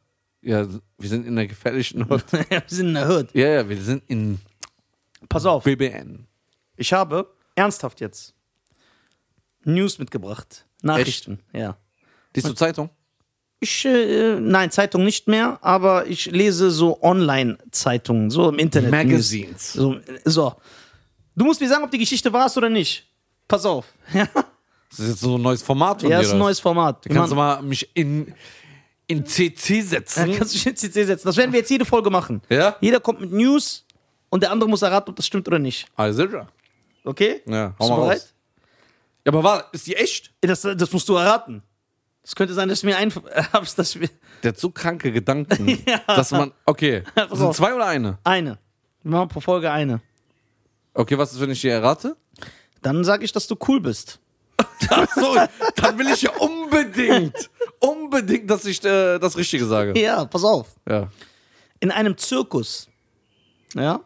[SPEAKER 2] Ja, wir sind in einer gefährlichen Ort.
[SPEAKER 1] Wir sind in der Hürde.
[SPEAKER 2] ja, ja, wir sind in
[SPEAKER 1] Pass auf,
[SPEAKER 2] BBN.
[SPEAKER 1] ich habe ernsthaft jetzt News mitgebracht. Nachrichten, ja.
[SPEAKER 2] Liest du Zeitung?
[SPEAKER 1] Ich, äh, nein, Zeitung nicht mehr, aber ich lese so Online-Zeitungen, so im Internet.
[SPEAKER 2] Magazines.
[SPEAKER 1] So, so. Du musst mir sagen, ob die Geschichte wahr ist oder nicht. Pass auf. Ja,
[SPEAKER 2] Das ist jetzt so ein neues Format von
[SPEAKER 1] ja
[SPEAKER 2] dir.
[SPEAKER 1] ist ein
[SPEAKER 2] oder was?
[SPEAKER 1] neues Format.
[SPEAKER 2] Kannst du
[SPEAKER 1] Man-
[SPEAKER 2] mal mich in, in CC
[SPEAKER 1] Ja,
[SPEAKER 2] setzen?
[SPEAKER 1] kannst du jetzt CC setzen. Das werden wir jetzt jede Folge machen.
[SPEAKER 2] Ja?
[SPEAKER 1] Jeder kommt mit News und der andere muss erraten, ob das stimmt oder nicht.
[SPEAKER 2] Also, ja.
[SPEAKER 1] Okay?
[SPEAKER 2] Ja,
[SPEAKER 1] Bist
[SPEAKER 2] hau
[SPEAKER 1] du
[SPEAKER 2] mal
[SPEAKER 1] bereit?
[SPEAKER 2] raus. Ja, aber war, ist die echt?
[SPEAKER 1] Das, das musst du erraten. Es könnte sein, dass du mir ein... hab's, dass wir-
[SPEAKER 2] Der hat so kranke Gedanken, dass man. Okay,
[SPEAKER 1] auf.
[SPEAKER 2] sind zwei oder eine?
[SPEAKER 1] Eine. Wir machen pro Folge eine.
[SPEAKER 2] Okay, was ist, wenn ich die errate?
[SPEAKER 1] Dann sage ich, dass du cool bist.
[SPEAKER 2] So, dann will ich ja unbedingt, unbedingt, dass ich äh, das Richtige sage.
[SPEAKER 1] Ja, pass auf.
[SPEAKER 2] Ja.
[SPEAKER 1] In einem Zirkus, ja,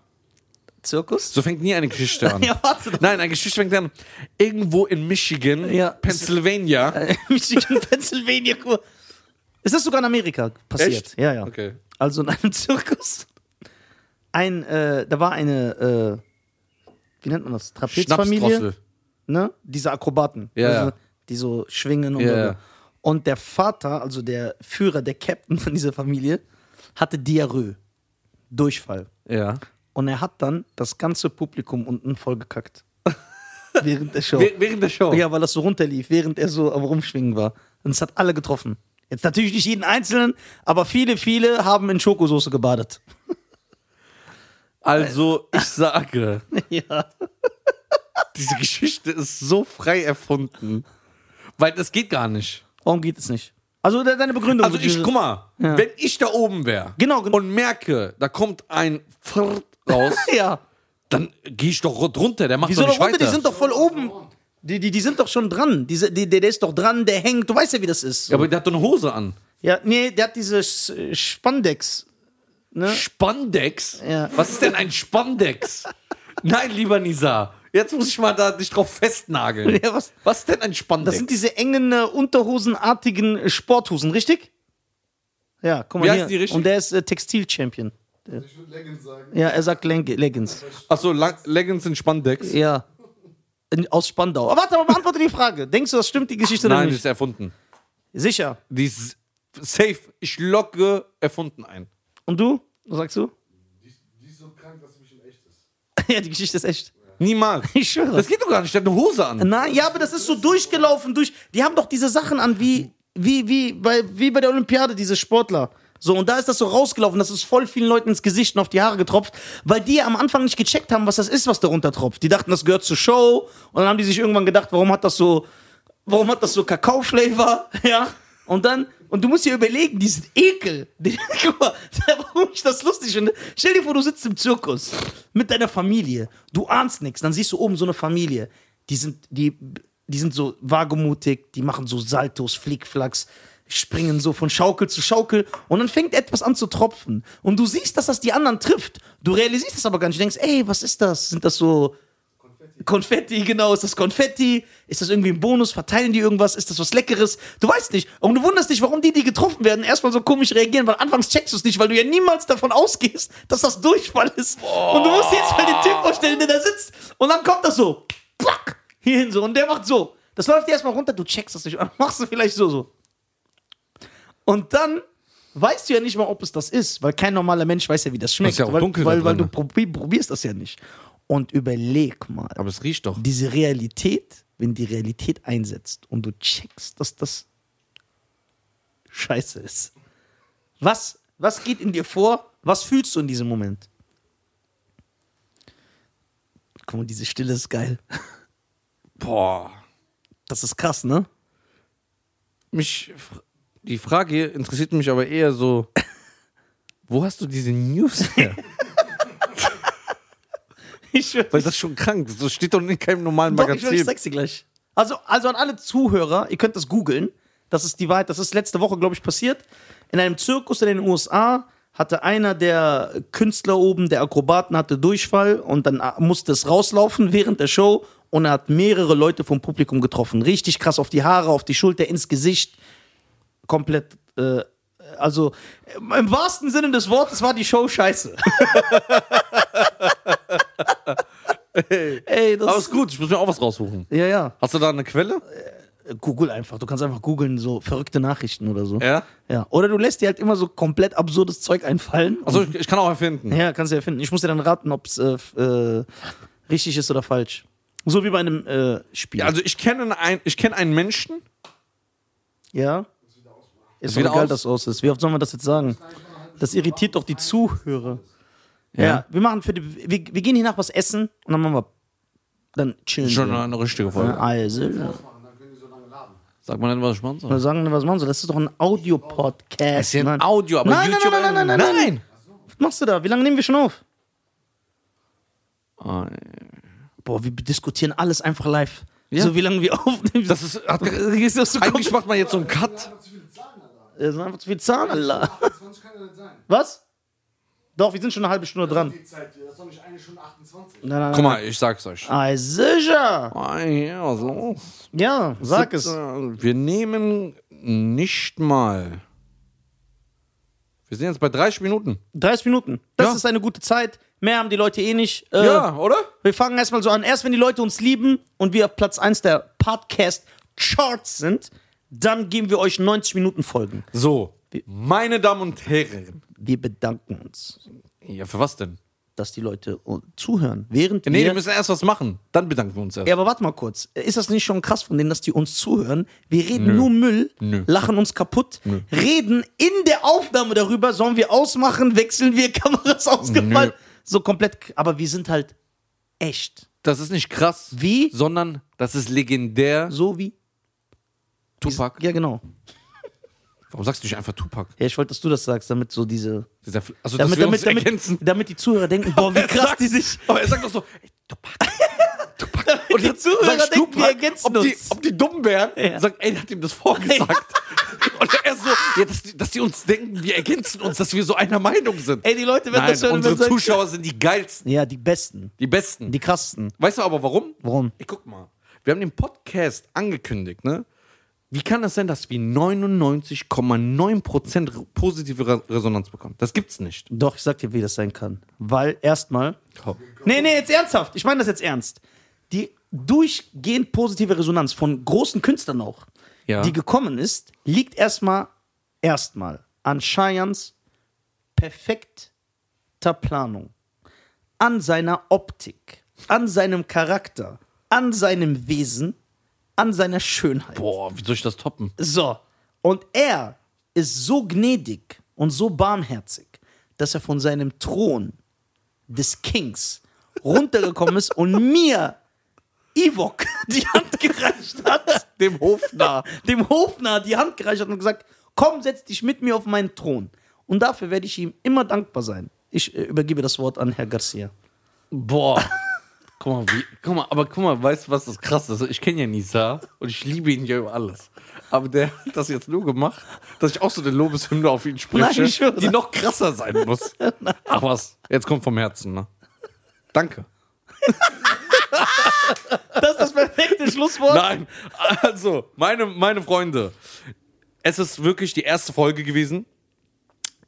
[SPEAKER 1] Zirkus?
[SPEAKER 2] So fängt nie eine Geschichte an.
[SPEAKER 1] Ja, warte doch.
[SPEAKER 2] Nein, eine Geschichte fängt an. Irgendwo in Michigan,
[SPEAKER 1] Ja. Äh,
[SPEAKER 2] Pennsylvania.
[SPEAKER 1] Michigan, Pennsylvania. Kur- Ist das sogar in Amerika passiert?
[SPEAKER 2] Echt?
[SPEAKER 1] Ja, ja.
[SPEAKER 2] Okay.
[SPEAKER 1] Also in einem Zirkus. Ein, äh, da war eine, äh, wie nennt man das? Trapezfamilie.
[SPEAKER 2] Schnapsdrossel.
[SPEAKER 1] Ne? Diese Akrobaten.
[SPEAKER 2] Ja, ja.
[SPEAKER 1] Die so schwingen und
[SPEAKER 2] Ja,
[SPEAKER 1] so.
[SPEAKER 2] ja.
[SPEAKER 1] Und der Vater, also der Führer, der Captain von dieser Familie, hatte Diarrhoe. Durchfall.
[SPEAKER 2] Ja.
[SPEAKER 1] Und er hat dann das ganze Publikum unten vollgekackt. Während der Show.
[SPEAKER 2] Wäh- Während der Show.
[SPEAKER 1] Ja, weil das so runterlief, während er so am Rumschwingen war. Und es hat alle getroffen. Jetzt natürlich nicht jeden Einzelnen, aber viele, viele haben in Schokosoße gebadet.
[SPEAKER 2] Also, ich sage,
[SPEAKER 1] ja.
[SPEAKER 2] diese Geschichte ist so frei erfunden. Weil das geht gar nicht.
[SPEAKER 1] Warum geht es nicht? Also de- deine Begründung.
[SPEAKER 2] Also ich, guck mal, wenn ich da oben wäre
[SPEAKER 1] Genau, genau.
[SPEAKER 2] und merke, da kommt ein Pferd raus,
[SPEAKER 1] Ja.
[SPEAKER 2] dann gehe ich doch runter, der macht
[SPEAKER 1] Wieso
[SPEAKER 2] doch
[SPEAKER 1] noch
[SPEAKER 2] nicht
[SPEAKER 1] runter?
[SPEAKER 2] weiter.
[SPEAKER 1] Die sind doch voll oben. Die, die, die sind doch schon dran. Diese, die, der, der ist doch dran, der hängt. Du weißt ja, wie das ist.
[SPEAKER 2] ja, aber der hat doch eine Hose an.
[SPEAKER 1] Ja, nee, der hat dieses äh, Spandex. Ne?
[SPEAKER 2] Spandex?
[SPEAKER 1] Ja.
[SPEAKER 2] Was ist denn ein Spandex? Nein, lieber Nisa, jetzt muss ich mal da dich drauf festnageln.
[SPEAKER 1] Ja, was-
[SPEAKER 2] was ist denn ein Spandex?
[SPEAKER 1] Das sind diese engen, äh, unterhosenartigen äh, Sporthosen, richtig? Ja, guck mal
[SPEAKER 2] Wie
[SPEAKER 1] hier.
[SPEAKER 2] heißen die richtig?
[SPEAKER 1] Und der ist äh, Textil-Champion.
[SPEAKER 3] Also Ich würde Leggings sagen.
[SPEAKER 1] Ja, er sagt Leg Leggings.
[SPEAKER 2] Achso, La- Leggings sind Spandex?
[SPEAKER 1] Ja. In, aus Spandau. Aber warte, aber beantworte die Frage. Denkst du, das stimmt die Geschichte
[SPEAKER 2] Nein,
[SPEAKER 1] oder
[SPEAKER 2] die
[SPEAKER 1] nicht?
[SPEAKER 2] ist erfunden.
[SPEAKER 1] Sicher.
[SPEAKER 2] Die ist safe, ich locke erfunden ein.
[SPEAKER 1] Und du? Was sagst du?
[SPEAKER 3] Die, die ist so krank, dass sie mich in echt ist.
[SPEAKER 1] ja, die Geschichte ist echt.
[SPEAKER 2] Niemals.
[SPEAKER 1] Ich schwöre.
[SPEAKER 2] Das geht doch gar nicht, der hat eine Hose an.
[SPEAKER 1] Nein, ja, aber das ist so durchgelaufen durch. Die haben doch diese Sachen an wie wie wie bei wie bei der Olympiade diese Sportler. So und da ist das so rausgelaufen, das ist voll vielen Leuten ins Gesicht und auf die Haare getropft, weil die am Anfang nicht gecheckt haben, was das ist, was darunter tropft. Die dachten, das gehört zur Show und dann haben die sich irgendwann gedacht, warum hat das so warum hat das so Kakao-Flavor? Ja. Und dann, und du musst dir überlegen, diesen Ekel, den, guck mal, warum ich das lustig finde. Stell dir vor, du sitzt im Zirkus mit deiner Familie, du ahnst nichts, dann siehst du oben so eine Familie, die sind, die, die sind so wagemutig, die machen so Saltos, Flickflacks, springen so von Schaukel zu Schaukel und dann fängt etwas an zu tropfen. Und du siehst, dass das die anderen trifft. Du realisierst das aber gar nicht. Du denkst, ey, was ist das? Sind das so Konfetti, genau, ist das Konfetti? Ist das irgendwie ein Bonus? Verteilen die irgendwas? Ist das was Leckeres? Du weißt nicht. Und du wunderst dich, warum die, die getroffen werden, erstmal so komisch reagieren, weil anfangs checkst du es nicht, weil du ja niemals davon ausgehst, dass das Durchfall ist. Und du musst dir jetzt mal den Typ vorstellen, der da sitzt. Und dann kommt das so. Plack! Hier hin so. Und der macht so. Das läuft dir erstmal runter, du checkst das nicht. Und dann machst du vielleicht so, so. Und dann weißt du ja nicht mal, ob es das ist, weil kein normaler Mensch weiß ja, wie das schmeckt.
[SPEAKER 2] ja auch
[SPEAKER 1] weil,
[SPEAKER 2] dunkel da
[SPEAKER 1] weil, weil du
[SPEAKER 2] drin.
[SPEAKER 1] probi probierst das ja nicht. Und überleg mal
[SPEAKER 2] Aber es riecht doch.
[SPEAKER 1] diese Realität, wenn die Realität einsetzt und du checkst, dass das scheiße ist. Was, was geht in dir vor? Was fühlst du in diesem Moment? Guck mal, diese Stille ist geil.
[SPEAKER 2] Boah.
[SPEAKER 1] Das ist krass, ne?
[SPEAKER 2] mich fr- die Frage hier interessiert mich aber eher so, wo hast du diese News her?
[SPEAKER 1] Ich schwöre.
[SPEAKER 2] Weil das ist schon krank. Das steht doch in keinem normalen
[SPEAKER 1] Doch, ich, schwör, ich
[SPEAKER 2] Magazin.
[SPEAKER 1] sag's dir gleich. Also, also an alle Zuhörer, ihr könnt das googeln. Das ist die Wahrheit. Das ist letzte Woche, glaube ich, passiert. In einem Zirkus in den USA hatte einer der Künstler oben, der Akrobaten, hatte Durchfall und dann äh, musste es rauslaufen während der Show und er hat mehrere Leute vom Publikum getroffen. Richtig krass auf die Haare, auf die Schulter, ins Gesicht. Komplett, äh, also äh, im wahrsten Sinne des Wortes war die Show scheiße. Ey, das
[SPEAKER 2] Aber ist gut, ich muss mir auch was raussuchen.
[SPEAKER 1] ja, ja.
[SPEAKER 2] Hast du da eine Quelle?
[SPEAKER 1] Äh, Google einfach. Du kannst einfach googeln, so verrückte Nachrichten oder so.
[SPEAKER 2] Ja.
[SPEAKER 1] Ja. Oder du lässt dir halt immer so komplett absurdes Zeug einfallen.
[SPEAKER 2] Achso, Also, ich, ich kann auch erfinden.
[SPEAKER 1] ja, kannst du ja finden. Ich muss dir dann raten, ob es äh, f- äh, richtig ist oder falsch. So wie bei einem äh, Spiel.
[SPEAKER 2] Ja, also ich kenne ein, ich kenne einen Menschen.
[SPEAKER 1] ja. Ist doch
[SPEAKER 2] wieder
[SPEAKER 1] egal,
[SPEAKER 2] aus.
[SPEAKER 1] dass aus ist. Wie oft soll man das jetzt sagen? Das irritiert doch die Zuhörer. Ja. wir machen für die. Wir, wir gehen hier nach was essen und dann machen wir. Dann chillen
[SPEAKER 2] Schon
[SPEAKER 1] wir.
[SPEAKER 2] eine richtige
[SPEAKER 1] Ja,
[SPEAKER 2] Folge.
[SPEAKER 1] Also,
[SPEAKER 3] Machen, dann können die so lange laden.
[SPEAKER 2] Sag mal denn, was ich machen soll.
[SPEAKER 1] wir sagen wir, was machen soll. Das ist doch ein Audio-Podcast.
[SPEAKER 2] Das ist ja ein
[SPEAKER 1] Mann.
[SPEAKER 2] Audio, aber
[SPEAKER 1] Nein, nein,
[SPEAKER 2] YouTube.
[SPEAKER 1] nein, nein, nein, nein, nein. Was machst du da? Wie lange nehmen wir schon auf? Boah, wir diskutieren alles einfach live.
[SPEAKER 2] Ja.
[SPEAKER 1] So wie lange wir aufnehmen.
[SPEAKER 2] Das ist, hat,
[SPEAKER 1] ist das so
[SPEAKER 2] eigentlich
[SPEAKER 1] komplett-
[SPEAKER 2] macht man jetzt so einen Cut.
[SPEAKER 3] Aber zu viele Zahlen da.
[SPEAKER 1] Das sind einfach zu viele Zahlen, Allah.
[SPEAKER 3] 28 kann ja nicht sein.
[SPEAKER 1] Was? Doch, wir sind schon eine halbe Stunde dran.
[SPEAKER 3] Die Zeit, das ist doch nicht eine Stunde 28.
[SPEAKER 1] Nein, nein,
[SPEAKER 2] Guck mal, ich sag's euch.
[SPEAKER 1] nein. Ei, sicher.
[SPEAKER 2] Ah, ja, was los?
[SPEAKER 1] Ja, sag
[SPEAKER 2] Äh,
[SPEAKER 1] es.
[SPEAKER 2] Wir nehmen nicht mal. Wir sind jetzt bei 30 Minuten.
[SPEAKER 1] 30 Minuten. Das
[SPEAKER 2] Ja.
[SPEAKER 1] ist eine gute Zeit. Mehr haben die Leute eh nicht. Äh,
[SPEAKER 2] Ja, oder?
[SPEAKER 1] Wir fangen erstmal so an. Erst wenn die Leute uns lieben und wir auf Platz 1 der Podcast-Charts sind, dann geben wir euch 90 Minuten Folgen.
[SPEAKER 2] So, meine Damen und Herren.
[SPEAKER 1] Wir bedanken uns,
[SPEAKER 2] Ja, für was denn?
[SPEAKER 1] dass die Leute uh, zuhören. Während
[SPEAKER 2] Nee, wir
[SPEAKER 1] wir.
[SPEAKER 2] müssen erst was machen. Dann bedanken wir uns erst.
[SPEAKER 1] Ja, aber warte mal kurz. Ist das nicht schon krass von denen, dass die uns zuhören? Wir reden nur Müll,
[SPEAKER 2] Nö.
[SPEAKER 1] lachen uns kaputt, reden in der Aufnahme darüber, sollen wir ausmachen, wechseln wir Kameras ausgefallen.
[SPEAKER 2] Nö.
[SPEAKER 1] So komplett. Aber wir sind halt echt.
[SPEAKER 2] Das ist nicht krass,
[SPEAKER 1] Wie?
[SPEAKER 2] sondern das ist legendär.
[SPEAKER 1] So wie.
[SPEAKER 2] Tupac.
[SPEAKER 1] Ja, genau.
[SPEAKER 2] Warum sagst du nicht einfach Tupac?
[SPEAKER 1] Ja, ich wollte, dass du das sagst, damit so diese.
[SPEAKER 2] Dieser, Fl- also, dass
[SPEAKER 1] Damit,
[SPEAKER 2] wir uns
[SPEAKER 1] damit, damit,
[SPEAKER 2] ergänzen.
[SPEAKER 1] damit die Zuhörer denken, boah, wie krass die sich.
[SPEAKER 2] Aber er sagt doch so, ey, Tupac. Tupac. Und
[SPEAKER 1] die
[SPEAKER 2] jetzt
[SPEAKER 1] Zuhörer
[SPEAKER 2] sagst
[SPEAKER 1] denken, wir
[SPEAKER 2] Tupac,
[SPEAKER 1] ergänzen
[SPEAKER 2] halt, ob die,
[SPEAKER 1] uns.
[SPEAKER 2] ob die dumm wären,
[SPEAKER 1] Ja.
[SPEAKER 2] sagt, ey, der hat ihm das vorgesagt. Und er so, ja, dass, die, dass die uns denken, wir ergänzen uns, dass wir so einer Meinung sind.
[SPEAKER 1] Ey, die Leute werden
[SPEAKER 2] Nein,
[SPEAKER 1] das hören.
[SPEAKER 2] unsere
[SPEAKER 1] werden sagen-
[SPEAKER 2] Zuschauer sind die geilsten,
[SPEAKER 1] Ja, die Besten.
[SPEAKER 2] die besten.
[SPEAKER 1] Die krassesten.
[SPEAKER 2] weißt du aber warum?
[SPEAKER 1] Warum?
[SPEAKER 2] Ey, guck mal. Wir haben den Podcast angekündigt, ne? Wie kann das sein, dass wir 99,9% re- positive Re Resonanz bekommen? Das gibt's nicht.
[SPEAKER 1] Doch, ich sag dir, wie das sein kann. Weil erstmal. Nee, nee, jetzt ernsthaft. Ich meine das jetzt ernst. Die durchgehend positive Resonanz von großen Künstlern auch,
[SPEAKER 2] Ja.
[SPEAKER 1] die gekommen ist, liegt erstmal erstmal an Cheyennes perfekter Planung, an seiner Optik, an seinem Charakter, an seinem Wesen, an seiner Schönheit.
[SPEAKER 2] Boah, wie soll ich das toppen?
[SPEAKER 1] So. Und er ist so gnädig und so barmherzig, dass er von seinem Thron des Kings runtergekommen ist und mir Ivok die Hand gereicht hat,
[SPEAKER 2] Dem Hofnarr.
[SPEAKER 1] dem Hofnarr die Hand gereicht hat und gesagt, komm, setz dich mit mir auf meinen Thron. Und dafür werde ich ihm immer dankbar sein. Ich äh, übergebe das Wort an Herr Garcia.
[SPEAKER 2] Boah. Guck mal, wie, guck mal, aber guck mal, weißt du, was das krass ist? Ich kenne ja Nisa und ich liebe ihn ja über alles. Aber der hat das jetzt nur gemacht, dass ich auch so eine Lobeshymne auf ihn spreche,
[SPEAKER 1] Nein, ich schwöre.
[SPEAKER 2] die noch krasser sein muss. Ach was, jetzt kommt vom Herzen, ne? Danke.
[SPEAKER 1] Das ist das perfekte Schlusswort.
[SPEAKER 2] Nein, also, meine, meine Freunde, es ist wirklich die erste Folge gewesen.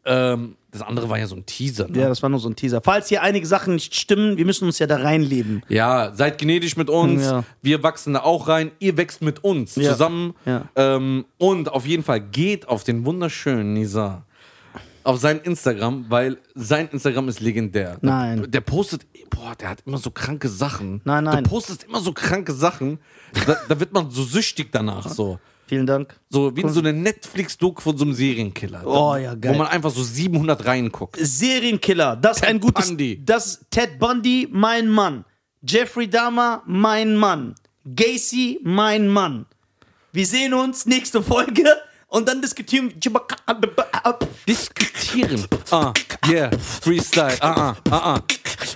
[SPEAKER 2] Ähm, das andere war ja so ein Teaser. Ne?
[SPEAKER 1] Ja, das war nur so ein Teaser. Falls hier einige Sachen nicht stimmen, wir müssen uns ja da reinleben.
[SPEAKER 2] Ja, seid gnädig mit uns.
[SPEAKER 1] Ja.
[SPEAKER 2] Wir wachsen da auch rein. Ihr wächst mit uns
[SPEAKER 1] Ja.
[SPEAKER 2] zusammen.
[SPEAKER 1] Ja.
[SPEAKER 2] Ähm, und auf jeden Fall geht auf den wunderschönen Nisa. Auf sein Instagram, weil sein Instagram ist legendär. Der,
[SPEAKER 1] Nein.
[SPEAKER 2] der postet, boah, der hat immer so kranke Sachen.
[SPEAKER 1] Nein, nein.
[SPEAKER 2] Du postest immer so kranke Sachen. Da, da wird man so süchtig danach. So.
[SPEAKER 1] Vielen Dank.
[SPEAKER 2] So wie in so eine Netflix-Doku von so einem Serienkiller.
[SPEAKER 1] Oh, ja, geil.
[SPEAKER 2] Wo man einfach so 700 reinguckt.
[SPEAKER 1] Serienkiller. Das ist
[SPEAKER 2] Ted
[SPEAKER 1] ein gutes.
[SPEAKER 2] Bundy.
[SPEAKER 1] Das ist Ted Bundy, mein Mann. Jeffrey Dahmer, mein Mann. Gacy, mein Mann. Wir sehen uns nächste Folge und dann diskutieren wir.
[SPEAKER 2] Diskutieren. Ah, yeah, Freestyle. Ah, ah, ah, ah.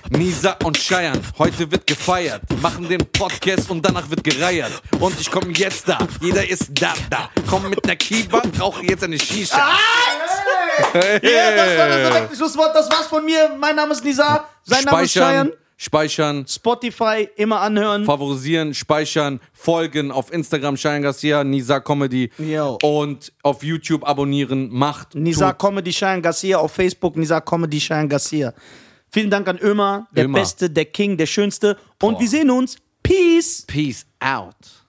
[SPEAKER 2] Nisa und Cheyenne, heute wird gefeiert. Machen den Podcast und danach wird gereiert. Und ich komme jetzt da, jeder ist da, da. Komm mit ner Kiba, rauche jetzt eine Shisha.
[SPEAKER 1] Ah, Ja, das war das perfekte Schlusswort. Das war's von mir. Mein Name ist Nisa. Sein Name ist
[SPEAKER 2] Speichern,
[SPEAKER 1] Cheyenne.
[SPEAKER 2] speichern,
[SPEAKER 1] Spotify immer anhören.
[SPEAKER 2] favorisieren, speichern, folgen auf Instagram Cheyenne Garcia, Nisa Comedy.
[SPEAKER 1] Yo.
[SPEAKER 2] Und auf YouTube abonnieren, macht.
[SPEAKER 1] Nisa
[SPEAKER 2] tut.
[SPEAKER 1] Comedy Cheyenne Garcia auf Facebook. Nisa Comedy Cheyenne Garcia. Vielen Dank an Ömer, der
[SPEAKER 2] Ömer.
[SPEAKER 1] Beste, der King, der Schönste. Und
[SPEAKER 2] Boah.
[SPEAKER 1] wir sehen uns. Peace.
[SPEAKER 2] Peace out.